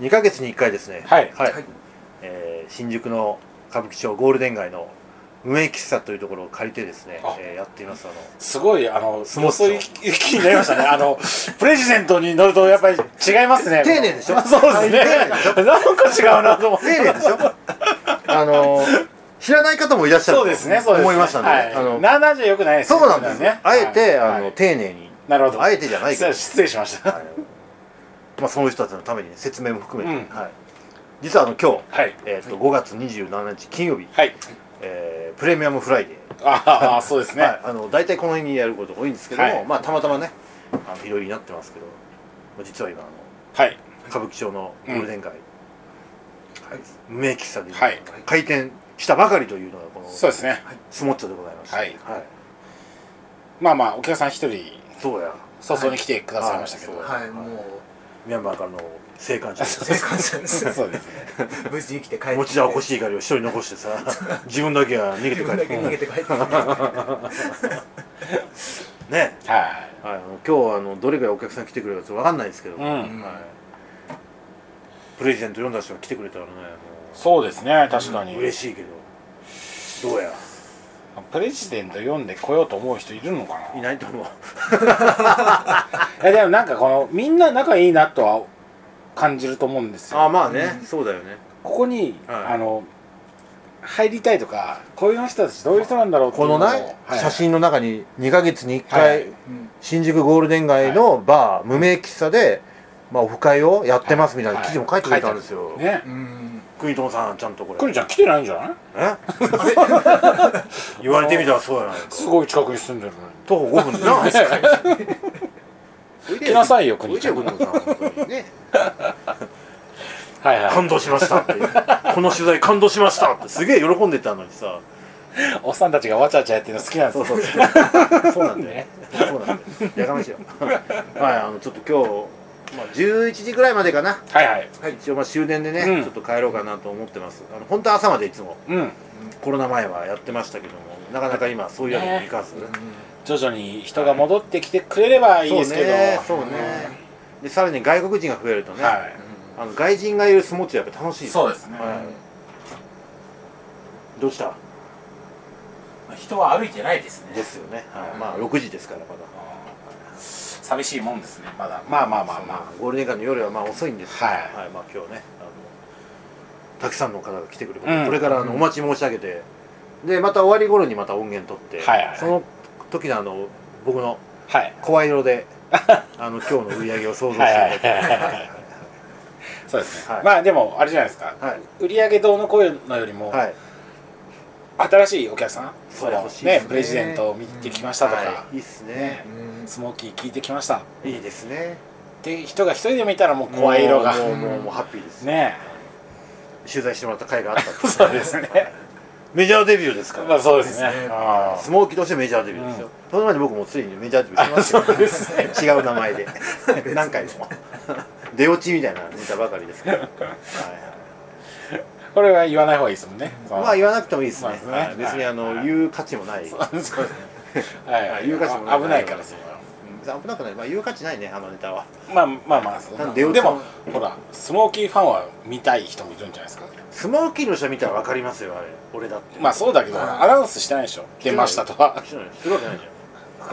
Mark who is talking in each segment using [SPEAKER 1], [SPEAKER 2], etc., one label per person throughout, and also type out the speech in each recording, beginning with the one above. [SPEAKER 1] 2ヶ月に1回ですね
[SPEAKER 2] はい
[SPEAKER 3] はい
[SPEAKER 1] えー新宿の歌舞伎町ゴールデン街の運営喫茶というところを借りてですね
[SPEAKER 2] あ、
[SPEAKER 1] えーやっていますあの
[SPEAKER 2] すごいあの
[SPEAKER 1] スモッチ
[SPEAKER 2] そういう気になりましたねあのプレジデントに乗るとやっぱり違いますね
[SPEAKER 1] 丁寧でしょ
[SPEAKER 2] そうですねなんか違うなと思って
[SPEAKER 1] 丁寧 でしょあの知らない方もいらっしゃる
[SPEAKER 2] そうですねそうですね
[SPEAKER 1] 思いましたんで、
[SPEAKER 2] はい、
[SPEAKER 1] あの
[SPEAKER 2] ななじゃよくないです
[SPEAKER 1] そうなんですねあえて、
[SPEAKER 2] はい
[SPEAKER 1] あの
[SPEAKER 2] はい
[SPEAKER 1] 丁寧に
[SPEAKER 2] なるほど
[SPEAKER 1] あえてじゃないけど
[SPEAKER 2] 失礼しました
[SPEAKER 1] あのまあ、その人たちのためにね、説明も含めて、
[SPEAKER 2] うん
[SPEAKER 1] はい、実はあの今日、
[SPEAKER 2] はい
[SPEAKER 1] えー、と5月27日金曜日、
[SPEAKER 2] はい
[SPEAKER 1] えープレミアムフライデー
[SPEAKER 2] ああそうですね、
[SPEAKER 1] はい、あの大体この辺にやることが多いんですけども、
[SPEAKER 2] はい
[SPEAKER 1] まあたまたまねあのいろいろになってますけどまあ実は今あの
[SPEAKER 2] はい。
[SPEAKER 1] 歌舞伎町のゴールデン街、
[SPEAKER 3] はい
[SPEAKER 1] 無名喫茶で、
[SPEAKER 2] はい
[SPEAKER 1] 開店したばかりというのがこの
[SPEAKER 2] そうですね。
[SPEAKER 1] スモッチャでございまして
[SPEAKER 2] はいまあまあ、お客さん一人、
[SPEAKER 1] そうや
[SPEAKER 2] 早々に来てくださいましたけど。
[SPEAKER 1] は
[SPEAKER 3] はいも
[SPEAKER 1] ミャンマーからの生還者
[SPEAKER 3] うそういう感じなんですね
[SPEAKER 2] そうですね。
[SPEAKER 3] 無事に来て帰って
[SPEAKER 1] 持ちじゃおこしい狩りを一人残してさ自分だけは逃げて帰
[SPEAKER 3] 自分
[SPEAKER 1] っ
[SPEAKER 3] だ
[SPEAKER 1] て
[SPEAKER 3] け
[SPEAKER 1] く
[SPEAKER 3] 逃げ
[SPEAKER 1] る
[SPEAKER 3] て帰ってきて
[SPEAKER 1] ね
[SPEAKER 2] は
[SPEAKER 1] あの今日あのどれぐらいお客さん来てくれるかちょっとわかんないですけど、
[SPEAKER 2] い。う
[SPEAKER 1] はい、
[SPEAKER 2] ん。
[SPEAKER 1] プレゼント読んだ人が来てくれたらねも
[SPEAKER 2] そうですね、確かに。
[SPEAKER 1] う嬉しいけどどうや
[SPEAKER 2] プレジデント読んで来ようと思う人いるのかない
[SPEAKER 1] ないと思う
[SPEAKER 2] いや、でもなんかこの、みんな仲いいなとは感じると思うんですよ。
[SPEAKER 1] あまあね、
[SPEAKER 3] うん
[SPEAKER 1] そうだよね
[SPEAKER 2] ここに、
[SPEAKER 1] はい
[SPEAKER 2] あの、入りたいとか、こういう人たちどういう人なんだろうってい
[SPEAKER 1] こ
[SPEAKER 2] う
[SPEAKER 1] の
[SPEAKER 2] を
[SPEAKER 1] ね、
[SPEAKER 2] はい
[SPEAKER 1] 写真の中に2ヶ月に1
[SPEAKER 2] は
[SPEAKER 1] 回、
[SPEAKER 2] い
[SPEAKER 3] うん
[SPEAKER 1] 新宿ゴールデン街のバー、無名喫茶で、まあ、オフ会をやってますみたいな記事も書いてくれたんですよ、
[SPEAKER 2] ね
[SPEAKER 3] う。ん
[SPEAKER 1] クイトンさんちゃんとこれ
[SPEAKER 2] くるちゃん来てないんじゃない
[SPEAKER 1] え 言われてみたらそうやないか
[SPEAKER 2] すごい近くに住んでるのに。
[SPEAKER 1] 徒歩5分でなおい
[SPEAKER 2] 来なさいよ、く
[SPEAKER 1] お
[SPEAKER 2] る
[SPEAKER 1] いで
[SPEAKER 2] ちゃ
[SPEAKER 1] よ
[SPEAKER 2] ん。
[SPEAKER 1] ク
[SPEAKER 2] は
[SPEAKER 1] イトンさん本当にね
[SPEAKER 2] いは
[SPEAKER 1] 感動しましたってこの取材感動しましたってすげえ喜んでたのにさ
[SPEAKER 2] い。おっさんたちがわちゃわちゃやってるの好きなんです
[SPEAKER 1] そ
[SPEAKER 2] よ
[SPEAKER 1] うそう そう。そうなんだよね
[SPEAKER 2] ね。
[SPEAKER 1] そうなんだよ。やかましいよ。はい、あのちょっと今日まあ11時ぐらいまでかな。
[SPEAKER 2] はいはい。
[SPEAKER 1] 一応まあ終電でね、
[SPEAKER 2] うん
[SPEAKER 1] ちょっと帰ろうかなと思ってます。あの本当は朝までいつも
[SPEAKER 2] うん。
[SPEAKER 1] コロナ前はやってましたけども、なかなか今そういうわけにもいかず。
[SPEAKER 2] 徐々に人が戻ってきてくれればいいですけど。
[SPEAKER 1] そうね。そうね。でさらに外国人が増えるとね、
[SPEAKER 2] は
[SPEAKER 1] あの外人がいる相撲っちやっぱ楽しい
[SPEAKER 2] い。
[SPEAKER 1] ですね。
[SPEAKER 2] うですね
[SPEAKER 1] はい。どうした？
[SPEAKER 4] 人は歩いてないですね
[SPEAKER 1] ですよね。はい。まあ6時ですからまだ。
[SPEAKER 4] 寂しいもんですねまだ
[SPEAKER 2] まあまあまあま
[SPEAKER 1] まあ、ゴールデン街の夜はまあ遅いんですけど、
[SPEAKER 2] はい
[SPEAKER 1] はいまあ、今日ねあのたくさんの方が来てくれること、
[SPEAKER 2] うん
[SPEAKER 1] これからあのお待ち申し上げてでまた終わり頃にまた音源取って、
[SPEAKER 2] はいはいはい
[SPEAKER 1] その時のあの僕の
[SPEAKER 2] あ。はい。
[SPEAKER 1] 声色 であの今日の売り上げを想像して
[SPEAKER 2] はいはい
[SPEAKER 1] いただいて
[SPEAKER 2] はいはいそうですね。
[SPEAKER 1] はい
[SPEAKER 2] まあでも、あれじゃないですか。
[SPEAKER 1] はい
[SPEAKER 2] 売上どうのこうのよりも、
[SPEAKER 1] はい
[SPEAKER 2] 新しいお客さん、
[SPEAKER 1] それ欲しいですね
[SPEAKER 2] ね、プレジデントを見てきましたとか
[SPEAKER 1] は、いいいっすね
[SPEAKER 2] ね
[SPEAKER 3] うん
[SPEAKER 2] スモーキー聞いてきましたっ
[SPEAKER 1] いいですね
[SPEAKER 2] て人が一人でもいたらもう声色が。
[SPEAKER 1] もうもうもうもうハッピーです、
[SPEAKER 2] ね
[SPEAKER 1] 取材してもらった回があったっていう
[SPEAKER 2] そうですね。
[SPEAKER 1] メジャーデビューですから
[SPEAKER 2] まあそうですね
[SPEAKER 3] ですね。
[SPEAKER 2] あー
[SPEAKER 1] スモーキーとしてメジャーデビューですよ、その前に僕もついにメジャーデビューしてますよ
[SPEAKER 2] そうですね。
[SPEAKER 1] 違う名前 で何回も出落ちみたいなネタばかりです けど、はいはい
[SPEAKER 2] これは言わない方がいいですもんね。
[SPEAKER 1] まあ言わなくてもいいですね,
[SPEAKER 2] ま
[SPEAKER 1] は
[SPEAKER 2] あ
[SPEAKER 1] い、
[SPEAKER 2] ですね
[SPEAKER 1] 別にあの、
[SPEAKER 2] はい
[SPEAKER 1] 言う価値もない
[SPEAKER 2] そうそうはいはい、
[SPEAKER 1] 言う価値もない
[SPEAKER 2] 危ないからそれは
[SPEAKER 1] 危なくない、まあ、言う価値ないねあのネタは
[SPEAKER 2] まあまあまあそう
[SPEAKER 1] なんで
[SPEAKER 2] で
[SPEAKER 1] よ
[SPEAKER 2] もほらスモーキーファンは見たい人もいるんじゃないですか
[SPEAKER 1] スモーキーの人見たら分かりますよあれ俺だって
[SPEAKER 2] まあそうだけどアナウンスしてないでしょ出ましたとは
[SPEAKER 1] 知らないするわけないじ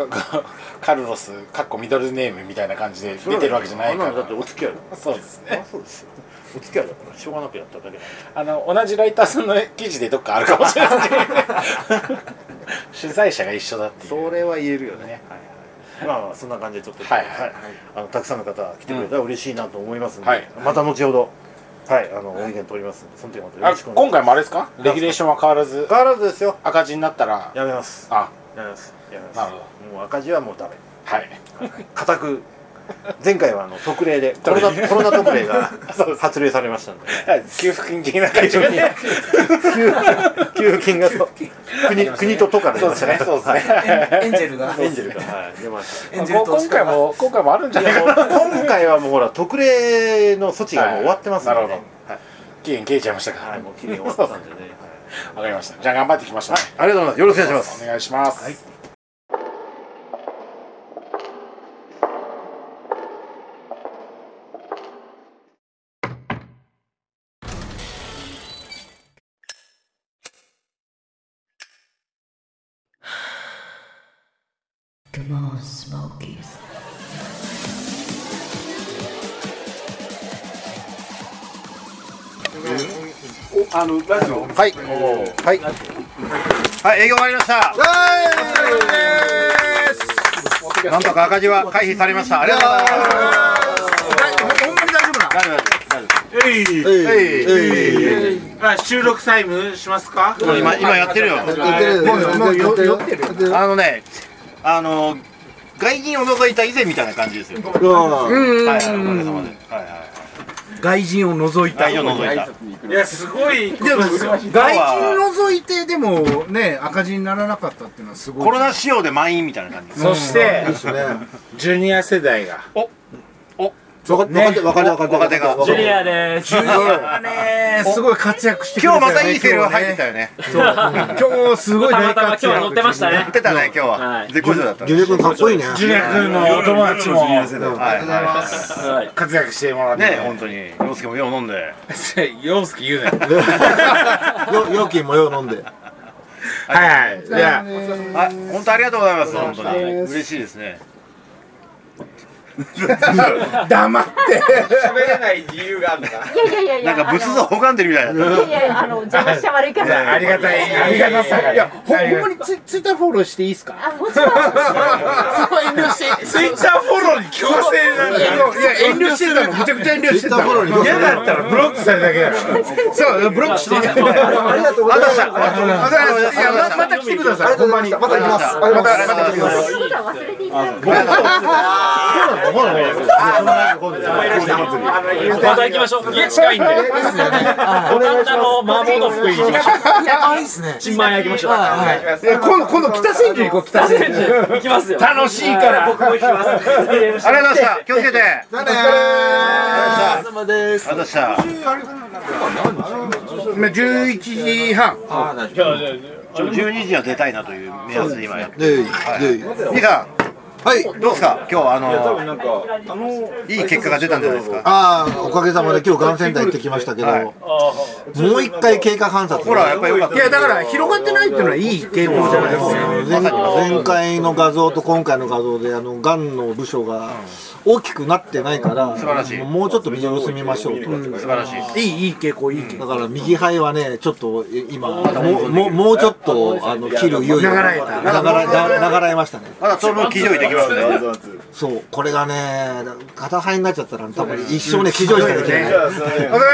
[SPEAKER 1] ゃん
[SPEAKER 2] かか カルロスかっこミドルネームみたいな感じで出てるわけじゃないか
[SPEAKER 1] あんのだって
[SPEAKER 2] ら
[SPEAKER 1] お付き合いだか
[SPEAKER 2] そうですね
[SPEAKER 1] らあそうですよお付き合いだからしょうがなくやっただけだ
[SPEAKER 2] あの同じライターさんの記事でどっかあるかもし れない取材者が一緒だっていう
[SPEAKER 1] それは言えるよね
[SPEAKER 2] ね
[SPEAKER 1] はいはいまあまあそんな感じでちょっと、
[SPEAKER 2] はいはい
[SPEAKER 1] あのたくさんの方来てくれたら嬉しいなと思いますので、
[SPEAKER 2] はい
[SPEAKER 1] また後ほど、はい、あの音源取りますのでその時またよ
[SPEAKER 2] あ
[SPEAKER 1] ろしくお願いし
[SPEAKER 2] 今
[SPEAKER 1] ま
[SPEAKER 2] 回もあれですかレギュレーションは変わらず
[SPEAKER 1] す変わらずですよ
[SPEAKER 2] 赤字になったら
[SPEAKER 1] やめます
[SPEAKER 2] あ
[SPEAKER 1] やめますやめます
[SPEAKER 2] なるほ
[SPEAKER 1] もう赤字はもうダメ
[SPEAKER 2] はい
[SPEAKER 1] 固く前回はあの特例でコロ
[SPEAKER 2] 特
[SPEAKER 1] ナコロナ特例が
[SPEAKER 2] そうです
[SPEAKER 1] 発令されましたんで
[SPEAKER 2] 給付金的な感じがね
[SPEAKER 1] 給付金がと国国と都から出
[SPEAKER 2] そう
[SPEAKER 1] ま
[SPEAKER 2] で
[SPEAKER 1] し
[SPEAKER 2] す
[SPEAKER 1] たか
[SPEAKER 2] ね
[SPEAKER 1] ら、
[SPEAKER 2] そうですね
[SPEAKER 3] エンジェルが
[SPEAKER 1] エンジェルが、はい、出ました
[SPEAKER 3] エンジェ
[SPEAKER 2] まあ
[SPEAKER 3] ル投
[SPEAKER 2] 今
[SPEAKER 3] 資家
[SPEAKER 2] 回
[SPEAKER 3] が
[SPEAKER 2] も今回もあるんじゃないかな
[SPEAKER 1] 今回はもうほら特例の措置がもう終わってますんで、ね
[SPEAKER 2] はいなる
[SPEAKER 1] はい
[SPEAKER 2] 期限切れちゃいましたか
[SPEAKER 1] は
[SPEAKER 2] ら
[SPEAKER 1] い、
[SPEAKER 2] わ
[SPEAKER 1] もう綺麗に終わったんでね、はい
[SPEAKER 2] かりましたじゃあ頑張っていきましょうね
[SPEAKER 1] ありがとうございますよろしくお願いします
[SPEAKER 2] お願いします、
[SPEAKER 5] Come on, Smokies.
[SPEAKER 2] あのラジオ
[SPEAKER 1] はいはいはい営業終わりましたなんとか赤字は回避されましたありがとうございます
[SPEAKER 4] あ収録タイムしますか
[SPEAKER 1] 大丈夫大丈夫今今やってるよあのねあの外銀を除いた以前みたいな感じですよはいはいおかげさまではいはい
[SPEAKER 3] 外人を除いた
[SPEAKER 1] 外銀を除いた
[SPEAKER 4] いやすごい
[SPEAKER 3] でも外人除いてでもね赤字にならなかったっていうのはすごい
[SPEAKER 1] コロナ仕様で満員みたいな感じ
[SPEAKER 2] そしてジュニア世代が
[SPEAKER 1] 若手が
[SPEAKER 6] ジュニアです。
[SPEAKER 3] ねすごい活躍してくれ
[SPEAKER 1] 今
[SPEAKER 3] た
[SPEAKER 1] 日また
[SPEAKER 3] よね
[SPEAKER 1] いいセリフ入ってたよね
[SPEAKER 3] 今日すごい
[SPEAKER 6] たま
[SPEAKER 3] 大活
[SPEAKER 6] たま今日
[SPEAKER 3] 躍
[SPEAKER 6] 乗ってました
[SPEAKER 1] 言
[SPEAKER 6] ね
[SPEAKER 1] っ。てたね今日は
[SPEAKER 6] はい
[SPEAKER 1] 絶好調だった
[SPEAKER 7] ジュネ君かっこいいね。
[SPEAKER 2] ジュニア君のお友達も
[SPEAKER 1] はいはいは
[SPEAKER 6] はい。
[SPEAKER 2] 活躍してもらっ
[SPEAKER 1] い
[SPEAKER 2] て
[SPEAKER 1] ね本当に洋介もよう飲んで
[SPEAKER 2] 洋介言うね
[SPEAKER 7] よ、料金もよう飲んで。
[SPEAKER 2] はいはいじゃあ
[SPEAKER 1] はい、本当ありがとうございます。本当に嬉しいですね。
[SPEAKER 2] 黙って
[SPEAKER 8] いやいやいやい
[SPEAKER 1] な
[SPEAKER 8] や、
[SPEAKER 1] んか仏像拝んでるみたい
[SPEAKER 8] あ
[SPEAKER 1] な。
[SPEAKER 8] のいやいや、あの、邪魔しちゃ悪いから。
[SPEAKER 2] ありがたいありがたさがいやほんまにツイツイッターフォローしていいですか
[SPEAKER 8] あ、もちろん。そこ遠慮して。
[SPEAKER 2] ツイッターフォローに強制なんだよ
[SPEAKER 3] いや遠慮してたのめちゃくちゃ遠慮してたの
[SPEAKER 2] 嫌だったらブロックされただけだから
[SPEAKER 3] そうブロックしていい
[SPEAKER 7] ありがとうございました。
[SPEAKER 1] ありがとうございます
[SPEAKER 3] いやままた来てくださいほんまに
[SPEAKER 7] また行きます。
[SPEAKER 1] また
[SPEAKER 7] また行きます。
[SPEAKER 8] そういうことは忘れていただく。
[SPEAKER 4] あの言う
[SPEAKER 6] また行きましょう。家近いんで。五反田の麻婆豆腐食いに行きましょ
[SPEAKER 3] あいいっすね
[SPEAKER 6] う。新米焼きましょう。
[SPEAKER 3] いや今度今度北千住行こう北千住
[SPEAKER 6] 行きますよ。
[SPEAKER 2] 楽しいから
[SPEAKER 6] 僕も行きます。
[SPEAKER 1] ありがとうございました。気をつけて。ありがとう
[SPEAKER 7] お疲れ様です。
[SPEAKER 1] ございました。
[SPEAKER 3] 今11時半
[SPEAKER 1] ちょ12時には出たいなという目安で今やって。
[SPEAKER 7] で、
[SPEAKER 1] 兄さ
[SPEAKER 7] はい。
[SPEAKER 1] ん、どうですか。今日はあのいい結果が出たんじゃないですか。
[SPEAKER 7] ああ、おかげさまで今日、岩仙台行ってきましたけど、
[SPEAKER 1] はい
[SPEAKER 7] もう一回経過観察。
[SPEAKER 1] ほらやっぱり良かった。
[SPEAKER 3] いやだから広がってないっていうのはいい傾向じゃないですか
[SPEAKER 7] 前前回の画像と今回の画像であのがんの部署が大きくなってないから
[SPEAKER 1] 晴らしい
[SPEAKER 7] もうちょっと見様子見ましょうと、
[SPEAKER 1] 素晴らしい。
[SPEAKER 3] いいいい傾向いい傾向
[SPEAKER 7] だから右肺はねちょっとえ今もうもうもうちょっとあの切る猶予
[SPEAKER 3] 流れ
[SPEAKER 7] 流
[SPEAKER 3] た
[SPEAKER 7] れ流れましたね
[SPEAKER 1] まだ当分騎乗位できますね。
[SPEAKER 7] そうこれがね片肺になっちゃったら多分一生ね騎乗位しかできない
[SPEAKER 1] お疲れ様で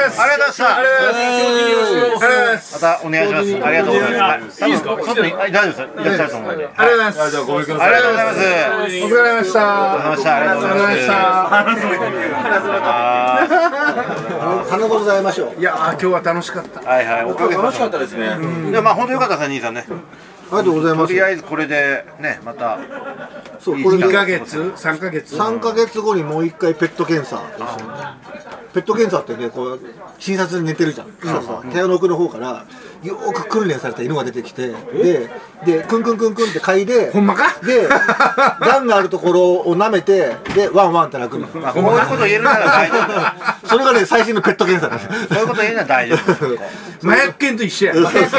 [SPEAKER 1] す。ありがとうございました。またお願いします。ありがとうございます。いいですか。外にはい大丈夫です。いらっしゃると思うんで。あ
[SPEAKER 3] ありがとうございますお
[SPEAKER 1] りがとうございます。
[SPEAKER 3] 疲れ様でした
[SPEAKER 1] ありがとうございました。
[SPEAKER 7] 花ございましょう
[SPEAKER 3] いやー今日は楽しかった
[SPEAKER 1] はいはい、おかげ楽しかったですね。いや、まあ、本当良かったですね、兄さんね。
[SPEAKER 7] ありがとうございま
[SPEAKER 1] と
[SPEAKER 7] す
[SPEAKER 1] りあえず、これで、ね、また。
[SPEAKER 7] そうこれ
[SPEAKER 3] 2
[SPEAKER 7] で
[SPEAKER 3] ヶ月3ヶ月
[SPEAKER 7] 3ヶ月後にもう一回ペット検査ですよねペット検査ってねこう診察で寝てるじゃん、そうそう部屋の奥の方からよーく訓練された犬が出てきてででクンクンクンクンって嗅いで
[SPEAKER 3] ほんまか
[SPEAKER 7] でガンがあるところを舐めてでワンワンって鳴くの
[SPEAKER 1] まあ、こういうこと言えるなら、大丈夫。
[SPEAKER 7] それがね最新のペット検査なん
[SPEAKER 1] そういうこと言えるなら、大丈 夫。
[SPEAKER 3] 麻薬犬と一緒や
[SPEAKER 7] です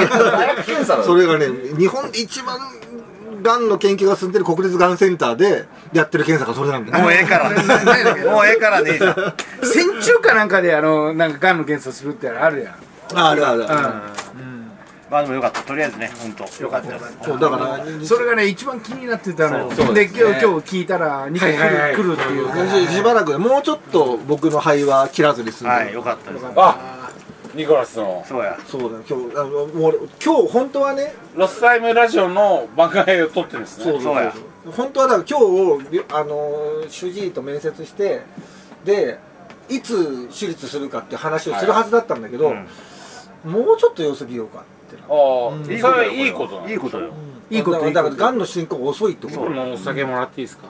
[SPEAKER 7] それがね日本で一番がんの研究が進んでる国立がんセンターでやってる検査がそれなんだよ
[SPEAKER 1] も
[SPEAKER 7] ね
[SPEAKER 1] うええから。もうええからね、兄さん。
[SPEAKER 3] 線虫かなんかであのなんかがんの検査するってあるやん
[SPEAKER 7] ああるあるある、
[SPEAKER 1] まあ、でも、よかった。とりあえずね、本当。よかったです。
[SPEAKER 7] そうだから
[SPEAKER 3] それがね一番気になってたので今日今日聞いたら2回来る,、来るっていうから
[SPEAKER 7] ししばらくもうちょっと僕の肺は切らずに済んでる、
[SPEAKER 1] はい、よかったです。
[SPEAKER 2] あニコラスの
[SPEAKER 1] そうや。
[SPEAKER 7] そうだよ今日あのもう今日本当はね
[SPEAKER 2] ロスタイムラジオの番外を撮ってるんですね
[SPEAKER 7] そう
[SPEAKER 1] そうや。
[SPEAKER 7] 本当はだから今日あの主治医と面接してでいつ手術するかっていう話をするはずだったんだけど、
[SPEAKER 1] はい
[SPEAKER 7] もうちょっと様子見ようかってな
[SPEAKER 2] ああ、
[SPEAKER 7] うん
[SPEAKER 2] それはいいことなの
[SPEAKER 1] いいことよ。
[SPEAKER 3] いいこと
[SPEAKER 7] だから
[SPEAKER 3] いいこ
[SPEAKER 7] だ
[SPEAKER 3] と
[SPEAKER 7] からがんの進行が遅いってこと
[SPEAKER 2] もうお酒もらっていいですか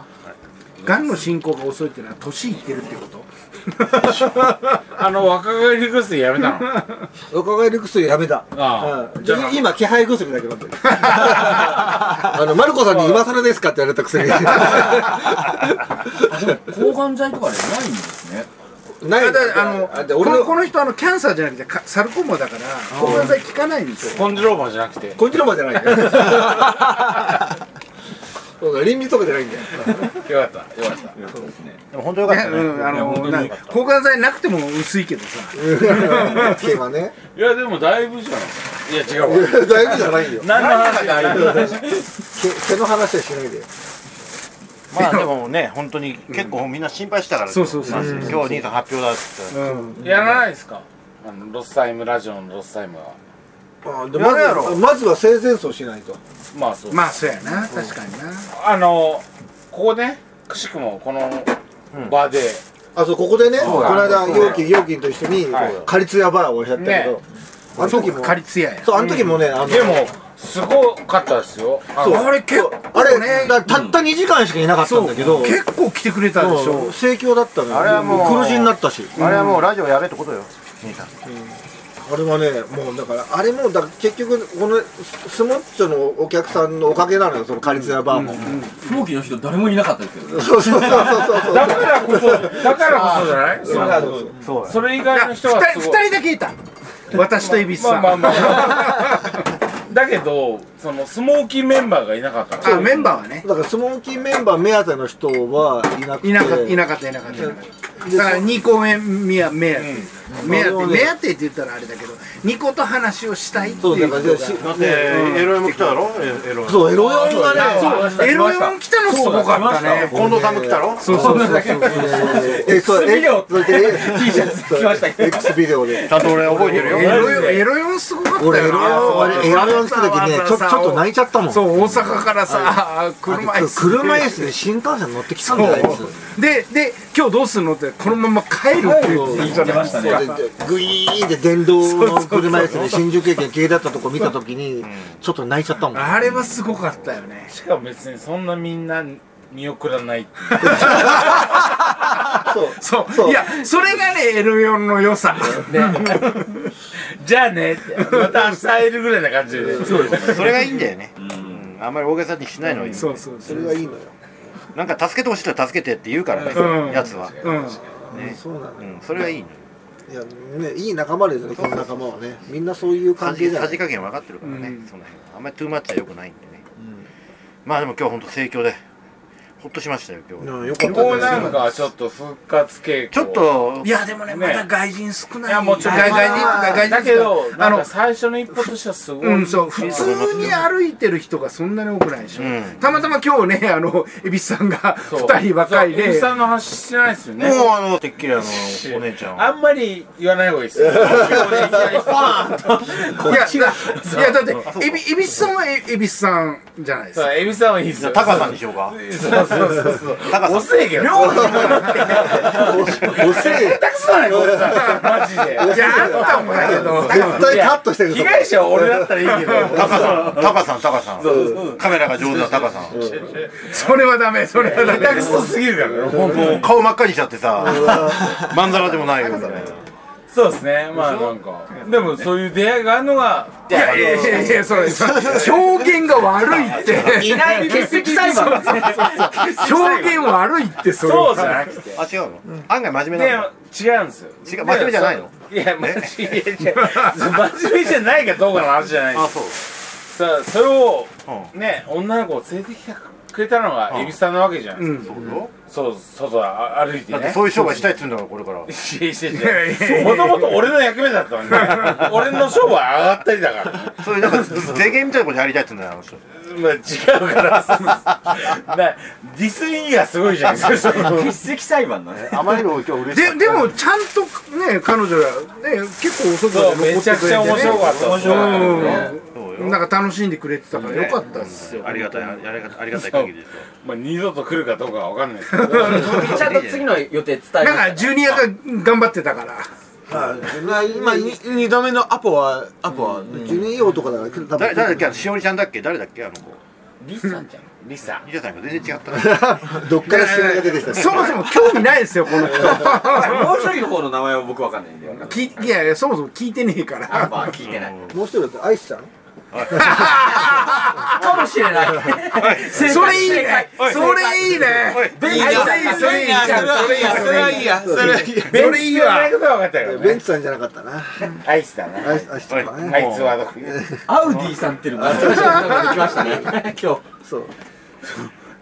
[SPEAKER 3] がんの進行が遅いっていうのは年いってるってこと
[SPEAKER 2] あの若返り薬やめたの
[SPEAKER 7] 若返り薬やめた
[SPEAKER 2] ああ
[SPEAKER 7] うんで今気配薬だけ飲んでる あのマルコさんに今更ですかって言われたくせに
[SPEAKER 3] 抗がん剤とかねないんですね
[SPEAKER 7] ない
[SPEAKER 3] だからあの
[SPEAKER 7] あで
[SPEAKER 3] こ
[SPEAKER 7] 俺
[SPEAKER 3] の
[SPEAKER 7] の
[SPEAKER 3] この人あのキャンサーじゃなくてかサルコーマだから抗がん剤効かないんですよ
[SPEAKER 2] ポンジローバーじゃなくて
[SPEAKER 7] コンチロマじゃないそうだ倫理とかじゃないんだよ
[SPEAKER 2] よかったよかっ
[SPEAKER 1] で
[SPEAKER 2] た
[SPEAKER 1] も本当よかったね。
[SPEAKER 3] うん、あのな抗がん剤なくても薄いけどさ
[SPEAKER 7] 系はね
[SPEAKER 6] いやでもだいぶじゃん
[SPEAKER 2] いや違うわ
[SPEAKER 7] 大丈夫じゃないよ
[SPEAKER 6] 何の話がある
[SPEAKER 7] 毛毛の話はしないでよ
[SPEAKER 1] まあでもね、本当に結構みんな心配してたから、
[SPEAKER 3] そうそうそう
[SPEAKER 1] 今日兄さん発表だっつって。
[SPEAKER 6] やらないですか
[SPEAKER 2] あのロスタイムラジオのロスタイムは
[SPEAKER 7] あで
[SPEAKER 1] や
[SPEAKER 7] ま
[SPEAKER 1] る
[SPEAKER 7] ず
[SPEAKER 1] やろ
[SPEAKER 7] はまずは性善走しないと
[SPEAKER 2] まあそう
[SPEAKER 3] まあそうやな確かにな
[SPEAKER 2] あのここねくしくもこの場で、
[SPEAKER 7] あそうここでね
[SPEAKER 2] そ
[SPEAKER 7] こ
[SPEAKER 2] うだ
[SPEAKER 7] の間
[SPEAKER 2] そうだ
[SPEAKER 7] 陽気陽気と一緒に
[SPEAKER 2] はい
[SPEAKER 7] カリツヤバーをやったけど、あの時も
[SPEAKER 3] カリツヤや
[SPEAKER 7] そうあの時もね、あの
[SPEAKER 2] でもすごかったですよあ
[SPEAKER 7] そう
[SPEAKER 2] の
[SPEAKER 3] あれ結構ね
[SPEAKER 7] あれだたった2時間しかいなかったんだけど、
[SPEAKER 3] 結構来てくれたでしょ
[SPEAKER 7] そう盛況だったのよ
[SPEAKER 1] あれはもう
[SPEAKER 7] 黒字になったし
[SPEAKER 1] あれはもうラジオやれってことよ、兄さん。
[SPEAKER 7] あれはねもうだからあれもだ結局このススモッチョのお客さんのおかげなのよそのカリツヤバーも、
[SPEAKER 9] 風紀の人誰もいなかったですけどね
[SPEAKER 7] そうそうそうそうそう
[SPEAKER 2] だからこそだからこそじゃないそ
[SPEAKER 7] そううそうそう
[SPEAKER 1] そう
[SPEAKER 2] それ以外の人は
[SPEAKER 3] 2
[SPEAKER 2] す
[SPEAKER 3] 人
[SPEAKER 2] ごい
[SPEAKER 3] 二人だけいた私と恵比寿
[SPEAKER 2] ま
[SPEAKER 3] さ
[SPEAKER 2] あ
[SPEAKER 3] ん
[SPEAKER 2] まあまあだけどそのスモーキーメンバーがいなかったから
[SPEAKER 3] あメンバーはね
[SPEAKER 7] だからスモーキーメンバー目当ての人はいなくて
[SPEAKER 3] いなかったいなかったいなかったいなかっただから2個目目や目当て目当
[SPEAKER 7] う
[SPEAKER 3] て
[SPEAKER 7] ん
[SPEAKER 3] 目当てって言ったらあれだけど2個と話をしたいって
[SPEAKER 7] そう
[SPEAKER 3] い
[SPEAKER 7] だ
[SPEAKER 3] う
[SPEAKER 7] か
[SPEAKER 3] こ
[SPEAKER 7] ら
[SPEAKER 3] と
[SPEAKER 7] じゃあ
[SPEAKER 3] が
[SPEAKER 7] し
[SPEAKER 1] だって、エロエも来ただろエエロエモ
[SPEAKER 7] そうエロ用がね
[SPEAKER 3] そうエロエモン来たのすごかったね
[SPEAKER 1] 近藤さんも来たろ
[SPEAKER 3] そうそうそうそう
[SPEAKER 7] えそう
[SPEAKER 9] X ビデオ
[SPEAKER 7] T
[SPEAKER 9] シャツ着ましたけど
[SPEAKER 7] X ビデオで
[SPEAKER 1] ちゃんと俺覚えてるよ。
[SPEAKER 3] エロエエロエモンすごかったよな
[SPEAKER 7] 俺エロ用エロ用好きな時ねちょちょっと泣いちゃったもん
[SPEAKER 3] そう大阪からさ車椅子
[SPEAKER 7] 車椅子で新幹線乗ってきたんだよあいつそう
[SPEAKER 3] でで今日どうするのってこのまま帰るって言ってたじゃないですか
[SPEAKER 7] ででグイーンって電動の車椅子で新宿駅が消えだったとこ見た時にちょっと泣いちゃったもん
[SPEAKER 3] あれはすごかったよね
[SPEAKER 2] しかも別にそんなみんな見送らないっていう
[SPEAKER 7] そう
[SPEAKER 3] そう
[SPEAKER 7] そう
[SPEAKER 3] いやそれがね L4 の良さ
[SPEAKER 2] じゃあねってまた明日会えるぐらいな感じでそうです
[SPEAKER 1] それがいいんだよね。うんあんまり大げさにしないのがいい。
[SPEAKER 3] そうそうそ
[SPEAKER 7] そうれがいいのよ
[SPEAKER 1] なんか助けてほしい人は助けてって言うから
[SPEAKER 3] う
[SPEAKER 1] ね、
[SPEAKER 3] ん
[SPEAKER 1] やつは。
[SPEAKER 3] うん
[SPEAKER 7] そうなの
[SPEAKER 1] うん、それがいいの。
[SPEAKER 7] いやねいい仲間ですねこの仲間はねみんなそういう
[SPEAKER 1] さ
[SPEAKER 7] 関係
[SPEAKER 1] じ
[SPEAKER 7] じゃな
[SPEAKER 1] さ
[SPEAKER 7] い
[SPEAKER 1] じ加減分かってるからね、
[SPEAKER 3] うん
[SPEAKER 1] その辺はあんまりトゥーマッチは良くないんでね、まあでも今日本当盛況でほっとしましたよ今日、
[SPEAKER 7] うんよかった
[SPEAKER 2] こう
[SPEAKER 7] です
[SPEAKER 2] なん かちょっと復活傾向
[SPEAKER 1] ちょっと
[SPEAKER 3] いやでもね
[SPEAKER 2] ね
[SPEAKER 3] まだ外人少ない
[SPEAKER 2] いやもちろん
[SPEAKER 3] 外外人
[SPEAKER 2] まあ
[SPEAKER 3] 外人
[SPEAKER 2] だけど
[SPEAKER 3] あ
[SPEAKER 2] なん
[SPEAKER 3] の
[SPEAKER 2] か最初の一歩としてはすごい、
[SPEAKER 3] うん、そう普通に歩いてる人がそんなに多くないでしょ、
[SPEAKER 1] うん
[SPEAKER 3] たまたま今日ねあの蛭子さんが2人若い
[SPEAKER 2] そう
[SPEAKER 3] ね
[SPEAKER 2] 蛭子さんの話してないですよね
[SPEAKER 1] もうあのてっきりあのお姉ちゃん
[SPEAKER 2] あ
[SPEAKER 1] は
[SPEAKER 2] んまり言わない方がいい ですよ。いきなり
[SPEAKER 3] いやだいやだってえび蛭子さんはえ蛭子さんじゃないです
[SPEAKER 2] そ
[SPEAKER 3] か
[SPEAKER 2] う、エビさんはいいです
[SPEAKER 1] じゃ
[SPEAKER 2] よ。
[SPEAKER 1] あタカさんにしようか
[SPEAKER 2] そうそうそうそう。
[SPEAKER 1] タカさん
[SPEAKER 2] 遅いけど。両方くそだね、こいつ
[SPEAKER 7] 遅え
[SPEAKER 2] はマジで。
[SPEAKER 3] いやあったもんやけど
[SPEAKER 7] 絶対カットしてる
[SPEAKER 2] 被害者は俺だったらいいけど。
[SPEAKER 1] タカさんタカさんタカさんカメラが上手なタカさんも
[SPEAKER 3] それはダメそれはダメ
[SPEAKER 2] 下手くそすぎるからね。
[SPEAKER 1] う顔真っ赤にしちゃってさまんざらでもないよみたいな
[SPEAKER 2] そうですね。まあなんか。でもそういう出会いがあるのが、
[SPEAKER 3] いやいやいやいやそれそれ表現が悪いって
[SPEAKER 6] いない欠席裁判
[SPEAKER 3] 表現悪いってそれ
[SPEAKER 2] そうじゃなくて。
[SPEAKER 1] あ違うの案外真面目
[SPEAKER 2] で
[SPEAKER 1] なの
[SPEAKER 2] 違うんですよ。
[SPEAKER 1] 違う真面目じゃないの
[SPEAKER 2] いや、マジで違う。真面目じゃないかどうかの話じゃないで
[SPEAKER 1] あ
[SPEAKER 2] す。
[SPEAKER 1] そう
[SPEAKER 2] さあ、それを、
[SPEAKER 1] う
[SPEAKER 2] ね、女の子を連れてきてくれたのが、エビさんなわけじゃん。
[SPEAKER 3] うん
[SPEAKER 1] そうよ
[SPEAKER 2] そう、外あ歩いて
[SPEAKER 1] だって
[SPEAKER 2] ね。
[SPEAKER 1] そういう商売したいっつうんだからこれ から
[SPEAKER 2] もともと俺の役目だった のに、ね、俺の商売上がったりだから、ね、
[SPEAKER 1] そういうなんか税源みたいなことやりたいっつうんだよあの人
[SPEAKER 2] まあ違う からなディスリーがすごいじゃん
[SPEAKER 9] 欠席裁判 なんで
[SPEAKER 1] あまりにも今日嬉し
[SPEAKER 3] ででもちゃんとね彼女らね結構遅く
[SPEAKER 2] そう
[SPEAKER 3] まで
[SPEAKER 2] め
[SPEAKER 3] 残っ
[SPEAKER 2] ちゃ
[SPEAKER 3] て
[SPEAKER 2] く
[SPEAKER 3] く
[SPEAKER 2] ち
[SPEAKER 3] れ
[SPEAKER 2] ゃ
[SPEAKER 3] て
[SPEAKER 2] 面白かった面白かっ
[SPEAKER 1] そ
[SPEAKER 2] た、
[SPEAKER 1] う
[SPEAKER 3] ね
[SPEAKER 1] よ
[SPEAKER 3] なんか楽しんでくれてたからよかったっすよ
[SPEAKER 1] ありがたいありがたいありがたい限りですよ
[SPEAKER 2] まあ、二度と来るかどうかは分かんない ですけど
[SPEAKER 9] すちゃんと次の予定伝えま
[SPEAKER 3] なん
[SPEAKER 9] し
[SPEAKER 3] かジュニアが頑張ってたから
[SPEAKER 7] 今2度目のアポはアポはジュニアとかだから多
[SPEAKER 1] 誰誰だっ
[SPEAKER 7] 分
[SPEAKER 1] けあのしおりちゃんだっけ誰だっけあの子
[SPEAKER 2] リサちゃんリサ
[SPEAKER 1] 西田さんが全然違ったね
[SPEAKER 7] どっからシワが出てきた
[SPEAKER 3] そもそも興味ないですよこの人
[SPEAKER 9] たもう一人の方の名前は僕わかんないんでわかんない
[SPEAKER 3] きいやいやそもそも聞いてねえから
[SPEAKER 9] あまあ聞いてない
[SPEAKER 7] もう一人だってアイスさん
[SPEAKER 9] かもしれないそ
[SPEAKER 3] それいいねそれい
[SPEAKER 9] いい
[SPEAKER 3] いねいい
[SPEAKER 9] ね
[SPEAKER 3] じゃんそれいいじゃんそれいいそれいい
[SPEAKER 4] いや、それはいいや。
[SPEAKER 2] ベンチがないことは分かったよ
[SPEAKER 7] ベ
[SPEAKER 2] ね
[SPEAKER 7] ンツさんじゃなかったな
[SPEAKER 2] アイスだな
[SPEAKER 7] アイスアイスとか
[SPEAKER 2] ア
[SPEAKER 7] ね
[SPEAKER 2] イスは どこ
[SPEAKER 9] アウディさんっていうのができましたね今日
[SPEAKER 7] そう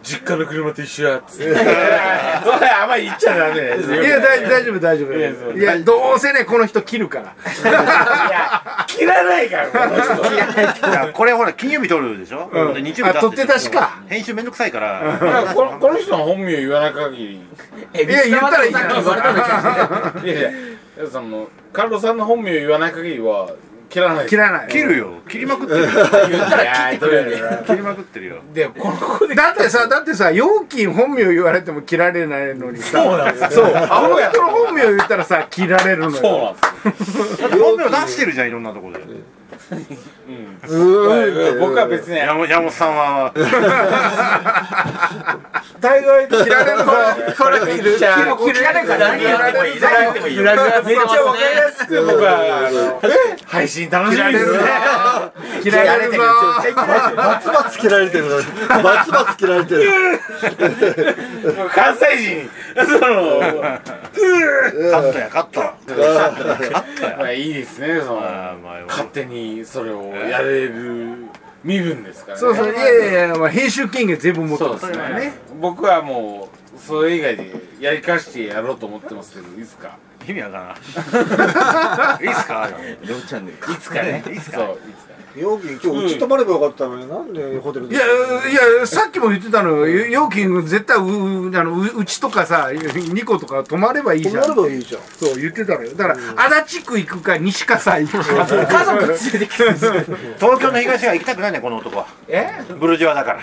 [SPEAKER 6] 実家の車と一緒やっつって
[SPEAKER 4] それあんまり言っちゃダメ
[SPEAKER 3] いや大大丈夫大丈夫いやどうせねこの人切るから
[SPEAKER 4] 切らないからこの人
[SPEAKER 1] いやこれほら金曜日撮るでしょ、で日曜日
[SPEAKER 3] あ撮って出しか
[SPEAKER 1] 編集めんどくさいから、
[SPEAKER 4] このこの人の本名言わない限り
[SPEAKER 9] え、
[SPEAKER 3] いや言ったらいいじゃん
[SPEAKER 9] 言われたんだけど
[SPEAKER 4] いやいやそのカルロさんの本名言わない限りは切らない
[SPEAKER 3] 切らない
[SPEAKER 1] 切るよ切りまくってるよ
[SPEAKER 4] 言ったら切ってくれる
[SPEAKER 1] 切りまくってるよ
[SPEAKER 4] でこの子で
[SPEAKER 3] だってさだってさ陽金本名言われても切られないのにさそうなんです
[SPEAKER 4] そうアホや
[SPEAKER 3] この本名言ったらさ切られるのよ
[SPEAKER 4] そうなんです
[SPEAKER 1] だって本名出してるじゃんいろんなところで
[SPEAKER 7] うーんって
[SPEAKER 4] 僕は別に
[SPEAKER 1] 山本山本さんは
[SPEAKER 4] 大概切られるから
[SPEAKER 3] これ切るじゃん
[SPEAKER 9] 切られるから何やってもいい。何やってもいいよ。めっちゃ
[SPEAKER 4] めっちゃわかりやすくて僕はあの配信楽しみですね
[SPEAKER 3] 切られるぞ
[SPEAKER 7] バツバツ切られてるバツバツ切られてる
[SPEAKER 4] 関西人その
[SPEAKER 1] カットやカット
[SPEAKER 4] まあいいですねその
[SPEAKER 1] あーまあ
[SPEAKER 4] 勝手にそれをやれる身分ですからね
[SPEAKER 3] そうそういやいやいやまあ編集権限全部持って
[SPEAKER 4] そう
[SPEAKER 3] ま
[SPEAKER 4] ですす
[SPEAKER 3] から
[SPEAKER 4] ね
[SPEAKER 3] ね
[SPEAKER 4] 僕はもうそれ以外でやり返してやろうと思ってますけどいつか
[SPEAKER 1] 意味わからんいいっすか
[SPEAKER 9] 4チャンネル。
[SPEAKER 4] いつかね
[SPEAKER 1] いつか
[SPEAKER 4] そういつか
[SPEAKER 7] 容疑今日うち泊まればよかったのになんでホテル
[SPEAKER 3] い
[SPEAKER 7] で
[SPEAKER 3] やいやさっきも言ってたのよ陽金絶対ううあのううちとかさ2個とか泊まればいい
[SPEAKER 7] 泊
[SPEAKER 3] じゃ
[SPEAKER 7] まれ
[SPEAKER 3] ん
[SPEAKER 7] ばいいじゃん
[SPEAKER 3] そう言ってたのよだから足立区行くか西葛西行くか
[SPEAKER 9] 家族連れてきてるんですよ。
[SPEAKER 1] 東京の東側行きたくないねこの男は
[SPEAKER 3] え
[SPEAKER 1] ブルジョワだから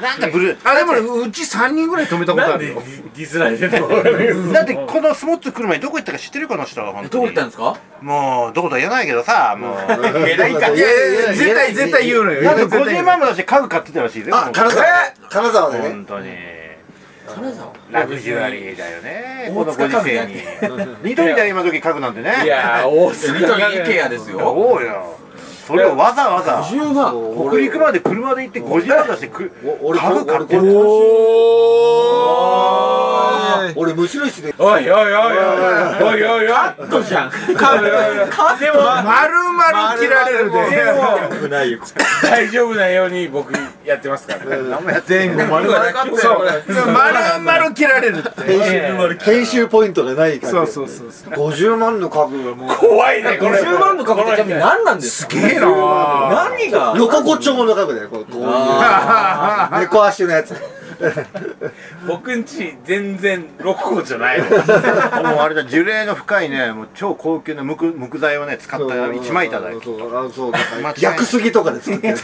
[SPEAKER 1] なんかブル
[SPEAKER 3] あでもねうち3人ぐらい泊めたことあるよ
[SPEAKER 4] ディスられてる
[SPEAKER 1] だってこのスモッツ来る前にどこ行ったか知ってるこの人は本当
[SPEAKER 9] どう
[SPEAKER 1] に
[SPEAKER 9] 行ったんですか
[SPEAKER 1] もうどことは言えないけどさもう
[SPEAKER 7] いか
[SPEAKER 3] いやいや絶対絶対言うのよ
[SPEAKER 1] だって
[SPEAKER 3] 絶対言
[SPEAKER 1] 50
[SPEAKER 3] う
[SPEAKER 1] 万も出して家具買ってたらしいです
[SPEAKER 7] あ金沢金沢でね
[SPEAKER 1] 本当にラグジュアリーだよねこのご時世にニトリだよ今時家具なんてね
[SPEAKER 4] いやー大
[SPEAKER 9] ニ
[SPEAKER 4] 杉
[SPEAKER 9] ト
[SPEAKER 4] と
[SPEAKER 9] リイケアですよ。
[SPEAKER 1] そうよそれをわざわざ
[SPEAKER 9] 10万。
[SPEAKER 1] 北陸まで車で行って50万出してく
[SPEAKER 7] お俺
[SPEAKER 1] 家具買ってる
[SPEAKER 7] おー俺無印で
[SPEAKER 4] おいおいおいおいおいおいおいカットじゃんカットでも
[SPEAKER 3] 丸々切られ
[SPEAKER 4] で
[SPEAKER 3] るで
[SPEAKER 4] も大丈夫なように僕やってますからね
[SPEAKER 7] 全部
[SPEAKER 9] 丸々買ったよこれ。
[SPEAKER 3] 丸々切られるって
[SPEAKER 7] 編集編集ポイントがないから
[SPEAKER 3] そうそうそうそう
[SPEAKER 7] 50万の家具はもう
[SPEAKER 4] 怖いねこれ
[SPEAKER 9] 50万の株ってちなみに何なんですか
[SPEAKER 3] ええな
[SPEAKER 9] 何が
[SPEAKER 7] ロココ調の家具だよこうこ ういう猫足のやつ
[SPEAKER 4] 僕んち全然ロコじゃない
[SPEAKER 1] もうあれだ樹齢の深いねもう超高級な木木材をね使った一枚板だよ
[SPEAKER 7] そうあそうだ か
[SPEAKER 1] 間違い
[SPEAKER 7] ら
[SPEAKER 1] ない
[SPEAKER 7] 屋久杉とかで作 ってる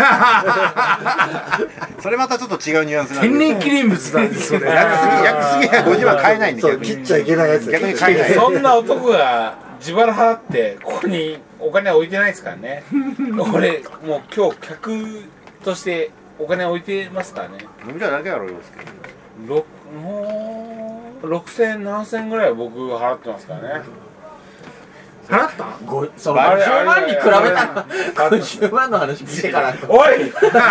[SPEAKER 1] それまたちょっと違うニュアンスなん
[SPEAKER 3] 天
[SPEAKER 1] で
[SPEAKER 3] 然記念物なんですよね
[SPEAKER 1] 逆すぎ逆すぎや50万買えないんで
[SPEAKER 7] そう
[SPEAKER 1] 逆
[SPEAKER 7] 切っ
[SPEAKER 1] に
[SPEAKER 7] ちゃいけないやつ
[SPEAKER 1] 逆に買えない
[SPEAKER 4] そんな男が自腹払ってここにお金は置いてないですからね俺もう今日客としてお金置いてますからね
[SPEAKER 1] 飲みたいだけやろよ
[SPEAKER 4] ろもう6000 7000ぐらいは僕払ってますからね
[SPEAKER 3] 払った
[SPEAKER 9] ごその
[SPEAKER 4] あれ
[SPEAKER 9] 50万に比 べ
[SPEAKER 4] あれ
[SPEAKER 9] たら50万の話聞いてから
[SPEAKER 4] おい
[SPEAKER 1] そうだよ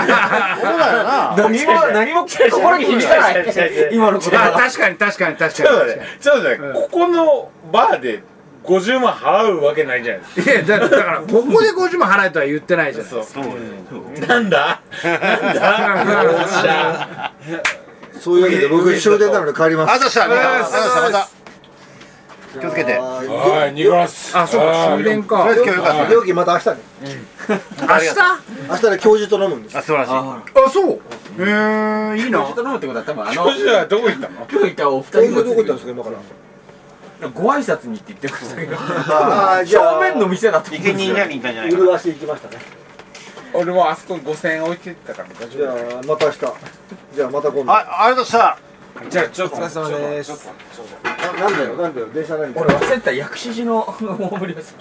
[SPEAKER 1] な
[SPEAKER 9] 何も何も心に響かない今の言
[SPEAKER 3] あ
[SPEAKER 9] 葉
[SPEAKER 3] 確かに確かに確
[SPEAKER 4] ちょっと
[SPEAKER 3] か
[SPEAKER 4] 待ってちょっと待ってここのバーで50万払うわけないじゃないですか
[SPEAKER 3] にいやだだからここで50万払えとは言ってないじゃない
[SPEAKER 4] そう
[SPEAKER 1] そうよ
[SPEAKER 4] なんだなんだおっしゃ
[SPEAKER 7] そういうわけで僕終電なので帰ります
[SPEAKER 1] あざしたあざしたまた気をつけて
[SPEAKER 7] あー
[SPEAKER 4] はいニコラス
[SPEAKER 3] あそうか終電
[SPEAKER 1] と
[SPEAKER 3] か
[SPEAKER 1] りあえず
[SPEAKER 3] 明
[SPEAKER 1] 今日よかっ
[SPEAKER 7] 料金また明日ね
[SPEAKER 3] 日
[SPEAKER 1] ありがと
[SPEAKER 7] 明日で教授と飲むんです
[SPEAKER 1] たあ素晴らしい
[SPEAKER 3] あそうへえいい
[SPEAKER 9] 今
[SPEAKER 3] な
[SPEAKER 9] 人飲むってことは多分あの
[SPEAKER 4] 教授はどこ行ったの
[SPEAKER 9] 今日行ったお二人
[SPEAKER 7] 営
[SPEAKER 9] も
[SPEAKER 7] 業どこ行ったんですか今から
[SPEAKER 9] ご挨拶に行って言ってましたけど
[SPEAKER 7] あーじゃあ
[SPEAKER 9] 正面の店だと思うん
[SPEAKER 1] 生
[SPEAKER 9] です
[SPEAKER 1] 贄
[SPEAKER 9] よ
[SPEAKER 1] になりにいたんじゃないかな
[SPEAKER 7] 麗しい行きましたね
[SPEAKER 4] 俺もあそこに5000円置いてったから大
[SPEAKER 7] じ
[SPEAKER 4] 丈
[SPEAKER 7] ゃあまた明日じゃあまた今度
[SPEAKER 1] あ、ありがとうございました。
[SPEAKER 4] 夫じゃあちょっとお疲れ様です
[SPEAKER 7] ななんだよなんだよ電車ないんだよ
[SPEAKER 9] 俺忘れてた薬師寺のあの大盛りです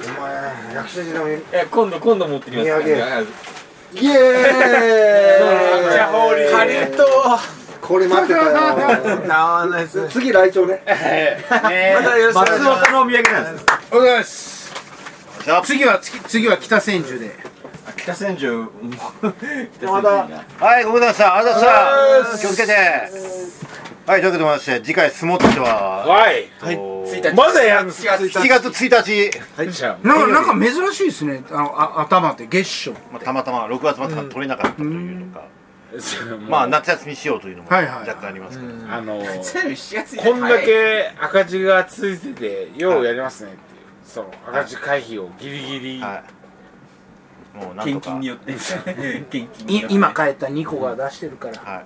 [SPEAKER 7] お前薬師寺のイ
[SPEAKER 9] え今度今度持ってきます
[SPEAKER 7] 土産
[SPEAKER 9] や
[SPEAKER 7] エーイ
[SPEAKER 4] 茶ホーリー
[SPEAKER 9] カリーと
[SPEAKER 7] これ待ってたよ
[SPEAKER 9] なわないです
[SPEAKER 7] 次来鳥ね
[SPEAKER 9] またよろしく松本のお土産なんです
[SPEAKER 3] おはようございます次は次次は北千住で
[SPEAKER 9] 北千住
[SPEAKER 7] また
[SPEAKER 1] はい、ごめんなさい。ありがとうございました。気をつけて。はい、というわけでございまして、次回スモッチは。
[SPEAKER 4] はい
[SPEAKER 1] はい、
[SPEAKER 9] 1日
[SPEAKER 4] まだやんの
[SPEAKER 1] 7月1日、
[SPEAKER 3] なんかなんか珍しいですねあのあ頭って月初
[SPEAKER 1] まあ、たまたま6月末から取れなかったというとか、まあ夏休みしようというのも
[SPEAKER 3] はいはい
[SPEAKER 1] 若干ありますけど、
[SPEAKER 2] あのーこ
[SPEAKER 9] こ
[SPEAKER 2] んだけ赤字が続いててようやりますねっていうその赤字回避をギリギリ
[SPEAKER 1] はいもうなんと
[SPEAKER 9] 献
[SPEAKER 1] か
[SPEAKER 9] 金によって献金に
[SPEAKER 10] い
[SPEAKER 9] よって
[SPEAKER 10] 今帰った2個が出してるから
[SPEAKER 1] はい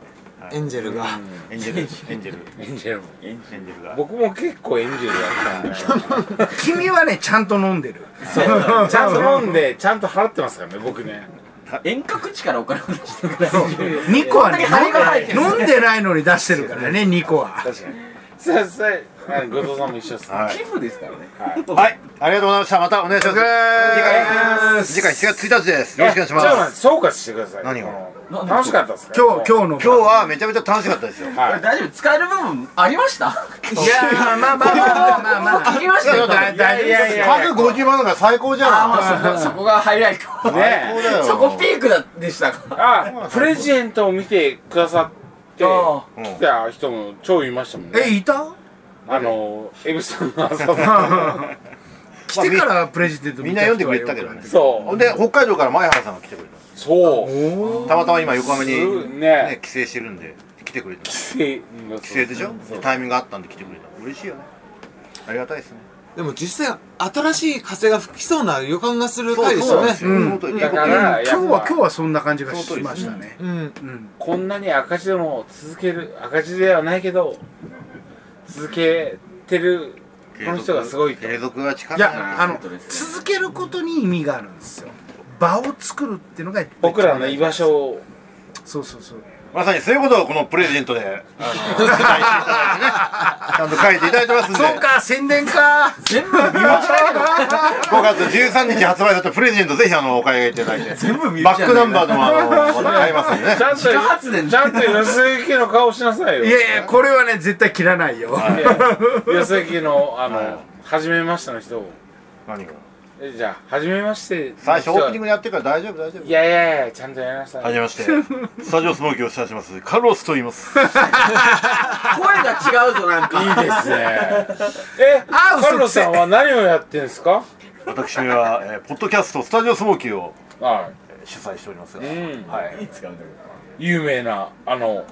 [SPEAKER 11] エンジェルが
[SPEAKER 1] エンジェルエンジェル
[SPEAKER 2] エンジェルも
[SPEAKER 1] エンジェルが
[SPEAKER 2] 僕も結構エンジェルやったんで
[SPEAKER 3] 君はねちゃんと飲んでる
[SPEAKER 2] ちゃんと飲んでちゃんと払ってますからね僕ね
[SPEAKER 9] 遠隔地からお金を出してくれる
[SPEAKER 3] 2個はね
[SPEAKER 9] 本当に羽が生えてる
[SPEAKER 3] 飲んでないのに出してるからね2個は
[SPEAKER 2] 確かにさあさあ後藤さんも一緒ですね
[SPEAKER 1] はい
[SPEAKER 9] 寄付ですからね
[SPEAKER 1] はいありがとうございましたまたお願いします次回次回7月1日ですよろしくお願いしま
[SPEAKER 2] じゃあ
[SPEAKER 1] す
[SPEAKER 2] あ総括してください
[SPEAKER 1] 何を
[SPEAKER 2] この楽しかったですか
[SPEAKER 3] 今日今日の
[SPEAKER 1] 今日はめちゃめちゃ楽しかったですよい
[SPEAKER 9] 大丈夫使える部分ありました
[SPEAKER 3] いやーまあまあまあまあま あまあ
[SPEAKER 9] ありましたよ
[SPEAKER 3] だだい
[SPEAKER 2] いやいや
[SPEAKER 1] 各50万のが最高じ
[SPEAKER 9] あー
[SPEAKER 1] ゃん
[SPEAKER 9] まあそこそこがハイライト
[SPEAKER 1] 最高だよ
[SPEAKER 9] そこピークだでしたか
[SPEAKER 2] あプレジデントを見てくださって
[SPEAKER 9] あ
[SPEAKER 2] 来た人も超いましたもん
[SPEAKER 3] え
[SPEAKER 2] ね
[SPEAKER 3] いた
[SPEAKER 2] あのエブさんの朝も
[SPEAKER 3] 来てからプレジデント
[SPEAKER 1] み
[SPEAKER 3] 見
[SPEAKER 1] んな
[SPEAKER 3] 人
[SPEAKER 1] 読んでくれてたけどね
[SPEAKER 2] そ
[SPEAKER 1] ほん
[SPEAKER 2] う
[SPEAKER 1] で北海道から前原さんが来てくれた
[SPEAKER 2] そう
[SPEAKER 1] たまたま今横浜に
[SPEAKER 2] すごいね
[SPEAKER 1] ね帰省してるんで来てくれた帰
[SPEAKER 2] 帰
[SPEAKER 1] 省でしょタイミングがあったんで来てくれた嬉しいよねありがたいですね
[SPEAKER 12] でも実際新しい風が吹きそうな予感がする回でしたね
[SPEAKER 1] そうなんですよ
[SPEAKER 2] だから
[SPEAKER 3] 今日は今
[SPEAKER 2] 日
[SPEAKER 3] 日はそんな感じがしましたね
[SPEAKER 12] うん
[SPEAKER 2] こんなに赤字でも続ける赤字ではないけど続けてるこの人がすごいと
[SPEAKER 1] 継続は力
[SPEAKER 3] い
[SPEAKER 1] になる
[SPEAKER 3] やあの続けることに意味があるんですよ場を作るっていうのが
[SPEAKER 2] 僕らの居場所を
[SPEAKER 3] そうそうそう
[SPEAKER 1] まさにそういうことをこのプレゼントであのちゃんと書いていただいてますんで
[SPEAKER 3] そうか宣伝か
[SPEAKER 9] 全部見落ち
[SPEAKER 1] 5月13日発売だったプレゼントぜひあのお買い上げいただいて
[SPEAKER 9] 全部見落
[SPEAKER 1] バ
[SPEAKER 9] ちじ
[SPEAKER 1] ッ
[SPEAKER 9] ゃ
[SPEAKER 1] ク
[SPEAKER 9] ね
[SPEAKER 1] ナ
[SPEAKER 9] え
[SPEAKER 1] ン
[SPEAKER 9] か
[SPEAKER 1] バーのあの買いますんでね
[SPEAKER 2] ちゃんと
[SPEAKER 9] 自家発電
[SPEAKER 2] ちゃんとよそ行きの顔しなさいよ
[SPEAKER 3] いやいやこれはね絶対切らないよ
[SPEAKER 2] いやよそ行きのあ
[SPEAKER 1] はい
[SPEAKER 2] の初めましての人を
[SPEAKER 1] 何が
[SPEAKER 2] えじゃあ初めまして
[SPEAKER 1] 最初オープニン
[SPEAKER 2] グ
[SPEAKER 1] グでやってるから大丈夫大丈夫
[SPEAKER 2] いやいやいやちゃんとやりなさ
[SPEAKER 1] はいじめま してスタジオスモーキーをお伝えしますカルロスと言います
[SPEAKER 9] 声が違うぞなんか
[SPEAKER 2] いいですねえ
[SPEAKER 3] あ
[SPEAKER 2] カルロさんは何をやってんですか
[SPEAKER 1] 私めは、えーポッドキャストスタジオスモーキーを
[SPEAKER 2] は
[SPEAKER 1] えー主催しておりますが、
[SPEAKER 2] い、うん、
[SPEAKER 1] はい、
[SPEAKER 2] 有名なあの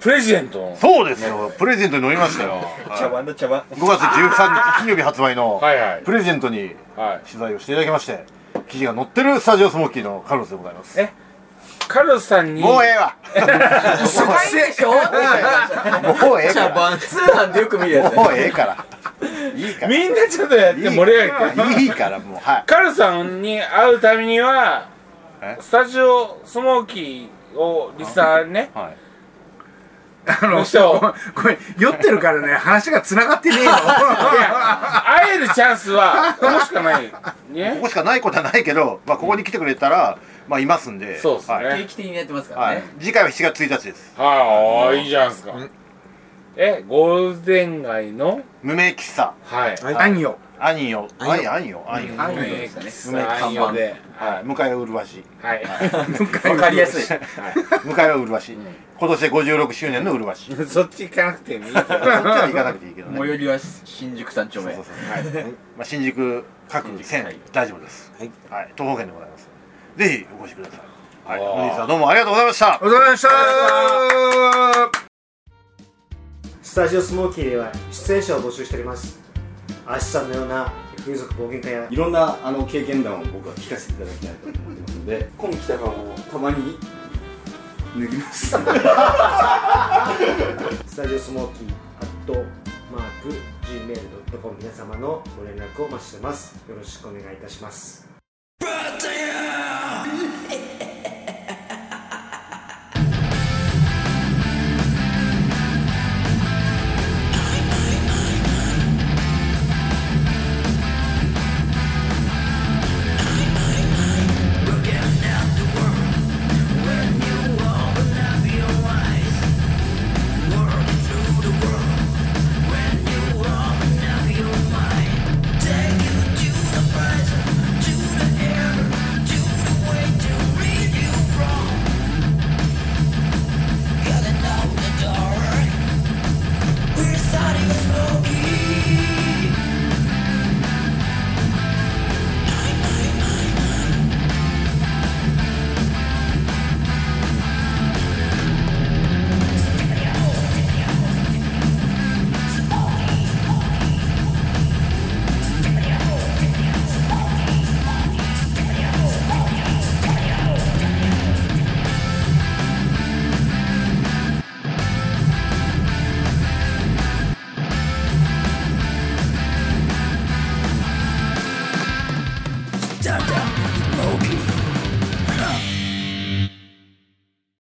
[SPEAKER 2] プレジデントの
[SPEAKER 1] そうですよプレゼントに乗りましたよ、
[SPEAKER 9] 茶碗の茶碗
[SPEAKER 1] 5月13日金曜日発売の
[SPEAKER 2] はいはい
[SPEAKER 1] プレゼントに
[SPEAKER 2] はい
[SPEAKER 1] 取材をしていただきまして記事が載ってるスタジオスモーキーのカルロスでございます
[SPEAKER 2] え カルロさんに
[SPEAKER 1] もうええわ
[SPEAKER 9] 高いでしょ
[SPEAKER 1] もうええか
[SPEAKER 9] 茶
[SPEAKER 1] ら
[SPEAKER 9] 碗通販でよく見るやつ
[SPEAKER 1] もうええからいいから
[SPEAKER 2] みんなちょっとやって盛り上げて
[SPEAKER 1] いいからもうはい
[SPEAKER 2] カルさんに会うためには
[SPEAKER 1] え
[SPEAKER 2] スタジオスモーキーをリスナーね
[SPEAKER 1] はい
[SPEAKER 3] あの
[SPEAKER 2] 嘘
[SPEAKER 3] ごめんごめん酔ってるからね話がつながってねえよ
[SPEAKER 2] いや会えるチャンスはここしかない
[SPEAKER 1] こ
[SPEAKER 2] ね
[SPEAKER 1] こしかないことはないけど、まあ、ここに来てくれたら、まあ、いますんで
[SPEAKER 2] そうですね
[SPEAKER 1] はい
[SPEAKER 9] 定期的にやってますから
[SPEAKER 1] は
[SPEAKER 9] ね
[SPEAKER 1] い、次回は7月1日です
[SPEAKER 2] はいあーいいじゃないですかえゴールデン街の
[SPEAKER 1] 無名喫茶
[SPEAKER 2] はい
[SPEAKER 3] あんよ
[SPEAKER 1] アニオアニオアニオアニオ
[SPEAKER 9] あ
[SPEAKER 2] 無
[SPEAKER 9] るん
[SPEAKER 2] 名
[SPEAKER 9] ですかね
[SPEAKER 2] 喫茶愛用ではい
[SPEAKER 1] 向かいは麗しい
[SPEAKER 2] はい
[SPEAKER 9] わかり やすい
[SPEAKER 1] 向かいは麗しい今年で56周年の麗しい そっ
[SPEAKER 2] そっち行かなく てもいいけど
[SPEAKER 1] ちは行かなくていいけどね
[SPEAKER 9] 最寄りは新宿三丁
[SPEAKER 1] そう
[SPEAKER 9] 目
[SPEAKER 1] そうそうはいまあ、新宿各線大丈夫ですはい、東方圏でございますぜひお越しくださいはい、本日はどうもありがとうございました
[SPEAKER 3] お疲れ様でした
[SPEAKER 7] スタジオスモーキーでは出演者を募集しておりますアシさんのような風俗冒険家や
[SPEAKER 13] いろんなあの経験談を僕は聞かせていただきたいと思ってますので今来たからもたまに脱ぎます
[SPEAKER 7] スタジオスモーキーアットマーク Gmail.com 皆様のご連絡をお待ちしてますよろしくお願いいたします